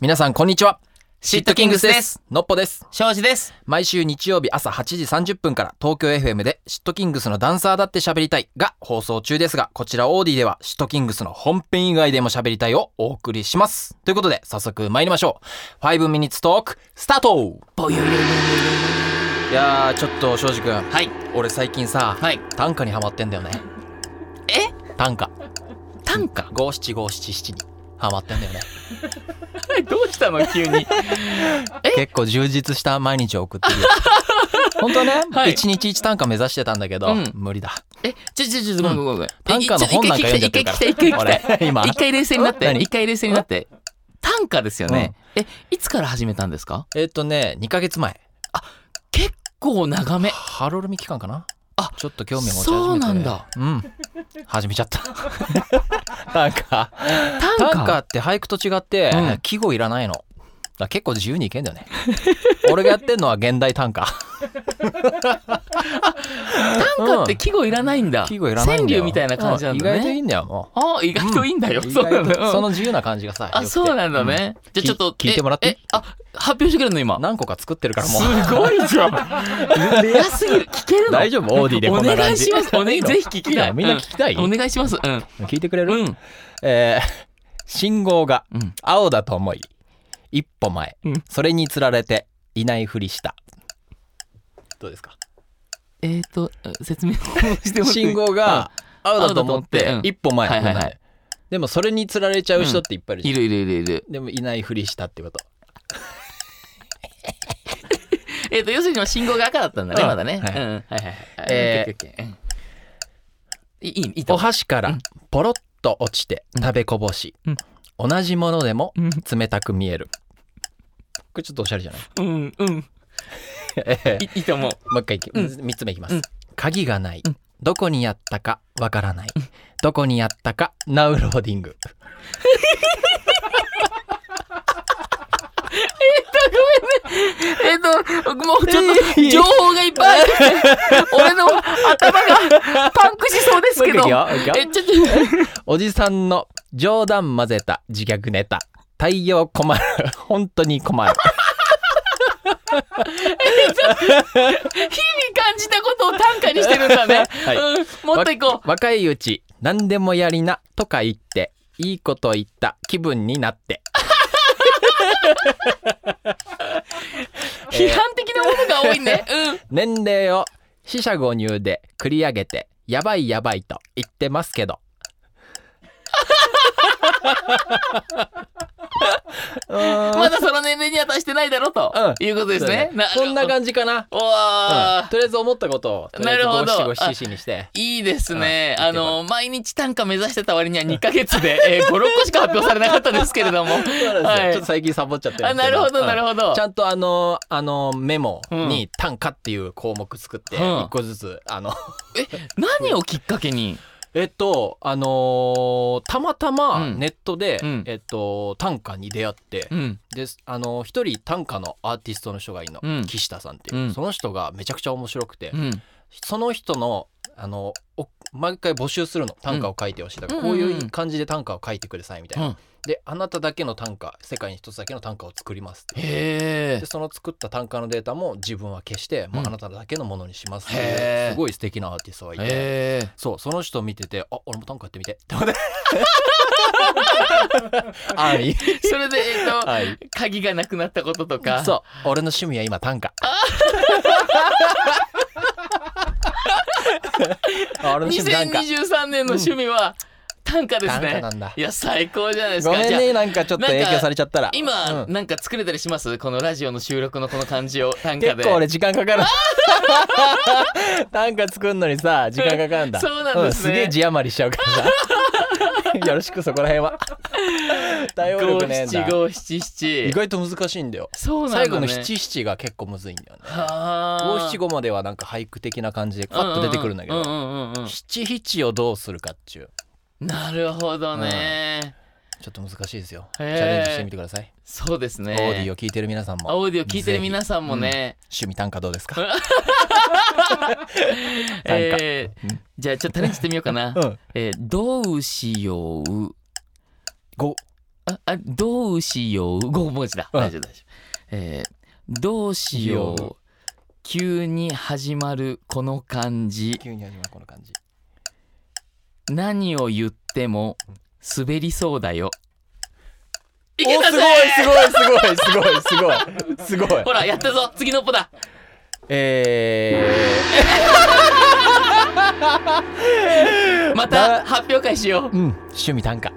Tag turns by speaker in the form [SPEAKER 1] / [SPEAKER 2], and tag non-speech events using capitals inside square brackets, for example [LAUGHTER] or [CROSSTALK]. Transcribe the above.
[SPEAKER 1] 皆さんこんにちは
[SPEAKER 2] シットキングスです
[SPEAKER 1] のっぽです
[SPEAKER 2] 庄司です。
[SPEAKER 1] 毎週日曜日朝8時30分から東京 FM でシットキングスのダンサーだって喋りたいが放送中ですがこちらオーディではシットキングスの本編以外でも喋りたいをお送りしますということで早速参りましょう5ミニッツトークスタートいやーちょっと庄司くん
[SPEAKER 2] はい。
[SPEAKER 1] 俺最近さ、
[SPEAKER 2] はい。
[SPEAKER 1] 短歌にハマってんだよね
[SPEAKER 2] え
[SPEAKER 1] 短歌
[SPEAKER 2] 短歌
[SPEAKER 1] 五七五七七にハマってんだよね
[SPEAKER 2] どうしたの急に。
[SPEAKER 1] 結構充実した毎日を送ってるよ
[SPEAKER 2] [LAUGHS]
[SPEAKER 1] 本当はね、
[SPEAKER 2] はい
[SPEAKER 1] 一日一短歌目指してたんだけど、
[SPEAKER 2] うん
[SPEAKER 1] 無理だ
[SPEAKER 2] え、ちょちょちょ、ごめんごめんごめん。
[SPEAKER 1] 短歌の本なんか読んじゃってるから
[SPEAKER 2] 一回一回一回一回
[SPEAKER 1] 俺
[SPEAKER 2] [LAUGHS]
[SPEAKER 1] 今
[SPEAKER 2] 一回冷静になって、
[SPEAKER 1] 何
[SPEAKER 2] 一回冷静になって。短歌ですよね。え、いつから始めたんですか
[SPEAKER 1] えっ、とね2ヶ月前
[SPEAKER 2] 結構長め。
[SPEAKER 1] ハロルミ期間かな
[SPEAKER 2] あ
[SPEAKER 1] ちょっと興味を持ち始めて
[SPEAKER 2] そうなんだ
[SPEAKER 1] うん始めちゃった
[SPEAKER 2] [LAUGHS]
[SPEAKER 1] 短歌
[SPEAKER 2] 短
[SPEAKER 1] 短歌
[SPEAKER 2] 歌
[SPEAKER 1] って俳句と違って、
[SPEAKER 2] うん
[SPEAKER 1] 季語いらないのだから結構自由にいけんだよね俺がやってんのは現代
[SPEAKER 2] [LAUGHS]
[SPEAKER 1] 短歌
[SPEAKER 2] 短歌って季語いらないんだ。
[SPEAKER 1] 季語いらないんだよ
[SPEAKER 2] 川柳みたいな感じなん
[SPEAKER 1] う
[SPEAKER 2] だ
[SPEAKER 1] 意外とい
[SPEAKER 2] ね。
[SPEAKER 1] いんだよも
[SPEAKER 2] あ、意
[SPEAKER 1] う
[SPEAKER 2] 外といいんだよ。
[SPEAKER 1] う
[SPEAKER 2] そうなんだ
[SPEAKER 1] 意外とその
[SPEAKER 2] よ。
[SPEAKER 1] 自由な感じがさ
[SPEAKER 2] あ、そうなんだ、ね。じゃあちょっと。
[SPEAKER 1] 聞いてもらっていい
[SPEAKER 2] え、えあ、発表してくれるの
[SPEAKER 1] 良
[SPEAKER 2] 今
[SPEAKER 1] くて。何個か作ってるから
[SPEAKER 2] す
[SPEAKER 1] もう
[SPEAKER 2] ごいじゃん。レアすぎる。聞ける
[SPEAKER 1] [LAUGHS]
[SPEAKER 2] の
[SPEAKER 1] 大丈夫オーディでこ
[SPEAKER 2] お
[SPEAKER 1] んな
[SPEAKER 2] 願
[SPEAKER 1] 感
[SPEAKER 2] い
[SPEAKER 1] じ [LAUGHS]
[SPEAKER 2] します。おね、ぜひ聞きたい。
[SPEAKER 1] みんな聞きたい、
[SPEAKER 2] うんお願いします。うん。
[SPEAKER 1] 聞いてくれる、
[SPEAKER 2] うん。
[SPEAKER 1] えー信号が
[SPEAKER 2] うん
[SPEAKER 1] 青だと思い一歩前、
[SPEAKER 2] うん
[SPEAKER 1] それにつられていないふりしたどうですか
[SPEAKER 2] えっ、ー、と、説明をしてもらって
[SPEAKER 1] 信号が青だと思っ
[SPEAKER 2] 青だと
[SPEAKER 1] て
[SPEAKER 2] 思って
[SPEAKER 1] 一歩前、
[SPEAKER 2] はいはいはい
[SPEAKER 1] こんなんでもそれにつられちゃう人っていっぱいいるじゃ
[SPEAKER 2] い
[SPEAKER 1] ん
[SPEAKER 2] るいるいるいる。
[SPEAKER 1] でもいないふりしたってこと
[SPEAKER 2] えっ、ー、と、要するに信号が赤だったんだね、
[SPEAKER 1] うん
[SPEAKER 2] まだ
[SPEAKER 1] はい
[SPEAKER 2] ね。うん。はいはいはい。
[SPEAKER 1] えー
[SPEAKER 2] オッケーオッケーオッケーいい、いい、いいと
[SPEAKER 1] お
[SPEAKER 2] 思う。
[SPEAKER 1] 箸からポロッと落ちて食べこぼし、
[SPEAKER 2] うん
[SPEAKER 1] 同じものでも
[SPEAKER 2] うん、
[SPEAKER 1] 冷たく見えるこれちょっとおしゃれじゃ
[SPEAKER 2] [LAUGHS]
[SPEAKER 1] ない、
[SPEAKER 2] うん、うん。
[SPEAKER 1] ええ
[SPEAKER 2] いいいと思う。
[SPEAKER 1] もう一回いき、
[SPEAKER 2] うん
[SPEAKER 1] 3つ目いきます、
[SPEAKER 2] うん
[SPEAKER 1] 鍵がない、
[SPEAKER 2] うん
[SPEAKER 1] どこにやったかわからない、どこにやったかナウローディング
[SPEAKER 2] えっ、ー、と、もうちょっ
[SPEAKER 1] え
[SPEAKER 2] と、
[SPEAKER 1] ー
[SPEAKER 2] 情報がいっ
[SPEAKER 1] [LAUGHS]
[SPEAKER 2] ぱいあって、俺の頭がパンクしそうですけど。
[SPEAKER 1] もう一回いくよもう一回い
[SPEAKER 2] え、
[SPEAKER 1] くよ
[SPEAKER 2] ちょっと、
[SPEAKER 1] おじさんの冗談混ぜた自虐ネタ太陽困る [LAUGHS] 本当に
[SPEAKER 2] [LAUGHS]
[SPEAKER 1] 困る
[SPEAKER 2] 日々感じたことを短歌にしてるんだね。
[SPEAKER 1] はい
[SPEAKER 2] うん。もっといこう
[SPEAKER 1] わ。若いうち何でもやりなとか言っていいこと言った気分になって
[SPEAKER 2] 批判的なものが多いね。
[SPEAKER 1] [LAUGHS]
[SPEAKER 2] うん。
[SPEAKER 1] 年齢を四捨五入で繰り上げてやばいやばいと言ってますけどうーん
[SPEAKER 2] [LAUGHS] まだその年齢には達してないだろと、
[SPEAKER 1] うん
[SPEAKER 2] いうことですね。
[SPEAKER 1] そんな
[SPEAKER 2] じ。
[SPEAKER 1] 感じかな。
[SPEAKER 2] お
[SPEAKER 1] うん
[SPEAKER 2] ー
[SPEAKER 1] とりあえず思ったことをとりあえず
[SPEAKER 2] なるほど
[SPEAKER 1] 五七五七七にして。
[SPEAKER 2] いいですね。
[SPEAKER 1] うん
[SPEAKER 2] あの、毎日短歌目指してた割には2ヶ月で、えー、5、6個しか発表されなかったですけれ
[SPEAKER 1] [LAUGHS]
[SPEAKER 2] ども。
[SPEAKER 1] そうなんですよ
[SPEAKER 2] はい
[SPEAKER 1] ちょっと最近サボっちゃって
[SPEAKER 2] あ、
[SPEAKER 1] んです
[SPEAKER 2] な
[SPEAKER 1] け
[SPEAKER 2] るほど、なる
[SPEAKER 1] ど
[SPEAKER 2] ほ
[SPEAKER 1] う
[SPEAKER 2] ど
[SPEAKER 1] ん。ちゃんとあのあのメモに単価っていう項目作って
[SPEAKER 2] うん
[SPEAKER 1] 一個ずつあの [LAUGHS]
[SPEAKER 2] 何をきっかけに、
[SPEAKER 1] えっとあのーたまたま
[SPEAKER 2] うん
[SPEAKER 1] ネットで
[SPEAKER 2] うん
[SPEAKER 1] えっと単価に出会って
[SPEAKER 2] うん、
[SPEAKER 1] ですあの一人単価のアーティストの人がいるの
[SPEAKER 2] うん
[SPEAKER 1] 岸田さんって
[SPEAKER 2] う
[SPEAKER 1] いうんその人がめちゃくちゃ面白くて
[SPEAKER 2] うん、
[SPEAKER 1] その人のあのお毎回募集するの短歌を書いてほしいだから
[SPEAKER 2] うん
[SPEAKER 1] こう
[SPEAKER 2] うんうん
[SPEAKER 1] いううん感じで短歌を書いてくださいみたいな、
[SPEAKER 2] うん。
[SPEAKER 1] であなただけの短歌世界に一つだけの短歌を作りますって
[SPEAKER 2] へ
[SPEAKER 1] でその作った短歌のデータも自分は消して、もう
[SPEAKER 2] うん
[SPEAKER 1] あなただけのものにしますってい
[SPEAKER 2] へ
[SPEAKER 1] う
[SPEAKER 2] ー
[SPEAKER 1] すごい素敵なアーティストがいて
[SPEAKER 2] え。へ
[SPEAKER 1] [LAUGHS]
[SPEAKER 2] え。
[SPEAKER 1] そうその人を見ててあ俺も短歌やってみ
[SPEAKER 2] [LAUGHS]
[SPEAKER 1] て [LAUGHS] って思って愛
[SPEAKER 2] それで、えっ、と、
[SPEAKER 1] 愛
[SPEAKER 2] 鍵がなくなったこととか。
[SPEAKER 1] そう俺の趣味は今短歌
[SPEAKER 2] [LAUGHS]
[SPEAKER 1] あ俺の趣味短歌
[SPEAKER 2] 2023年の趣味は短歌です
[SPEAKER 1] 短歌
[SPEAKER 2] ね
[SPEAKER 1] な。んだ
[SPEAKER 2] いや、最高じゃないです
[SPEAKER 1] ご
[SPEAKER 2] か。
[SPEAKER 1] めん
[SPEAKER 2] じゃあ
[SPEAKER 1] ねなんかちょっと影響されちゃったら
[SPEAKER 2] 今、
[SPEAKER 1] うん
[SPEAKER 2] なんか作れたりしますこのラジオの収録のこの感じを短歌で
[SPEAKER 1] 結構俺時間か
[SPEAKER 2] [LAUGHS]
[SPEAKER 1] かる短歌作るのにさ時間かかるんだ
[SPEAKER 2] そうなんですね
[SPEAKER 1] すげえ字余りしちゃうか
[SPEAKER 2] [LAUGHS]
[SPEAKER 1] らさよろしくそこら辺は対応
[SPEAKER 2] 五
[SPEAKER 1] 力ねえん
[SPEAKER 2] 七
[SPEAKER 1] だ
[SPEAKER 2] 五七
[SPEAKER 1] 意
[SPEAKER 2] 七
[SPEAKER 1] 外と難しいんだよ
[SPEAKER 2] そうなんだ、ね、
[SPEAKER 1] 最後の七七が結構むずいんだよね五
[SPEAKER 2] は
[SPEAKER 1] 七五まではなんか俳句的な感じでパッと出てくるんだけ
[SPEAKER 2] うう
[SPEAKER 1] ど
[SPEAKER 2] うんうんうん
[SPEAKER 1] 七七をどうするかっちゅう
[SPEAKER 2] なるほどね、
[SPEAKER 1] ちょっと難しいですよチ
[SPEAKER 2] へ
[SPEAKER 1] ャレン
[SPEAKER 2] え
[SPEAKER 1] ジしてみてください
[SPEAKER 2] そうです
[SPEAKER 1] オ
[SPEAKER 2] ね
[SPEAKER 1] ーディを聞いてる皆さんも
[SPEAKER 2] オーディを聞いてる皆さんもね、
[SPEAKER 1] 趣味短歌どうですか
[SPEAKER 2] えー
[SPEAKER 1] うん
[SPEAKER 2] じゃあ
[SPEAKER 1] [LAUGHS]
[SPEAKER 2] ちょっとチャレンジしてみようかな、
[SPEAKER 1] うん
[SPEAKER 2] えーどうしよう
[SPEAKER 1] 五
[SPEAKER 2] ああどうしよう5文字だ
[SPEAKER 1] うん
[SPEAKER 2] 大丈夫大丈夫、えーどうしよ
[SPEAKER 1] いう
[SPEAKER 2] 急に始まるこの感じ
[SPEAKER 1] 急に始まるこの感じ
[SPEAKER 2] 何を言っても滑りそうだよい
[SPEAKER 1] お
[SPEAKER 2] けた
[SPEAKER 1] す
[SPEAKER 2] ぜ
[SPEAKER 1] ごいすごいすごいすごいすごいす
[SPEAKER 2] [LAUGHS]
[SPEAKER 1] ごい
[SPEAKER 2] ほらやったぞ次のポだ
[SPEAKER 1] え
[SPEAKER 2] また発表会しよ
[SPEAKER 1] ー、
[SPEAKER 2] う
[SPEAKER 1] うん趣味短歌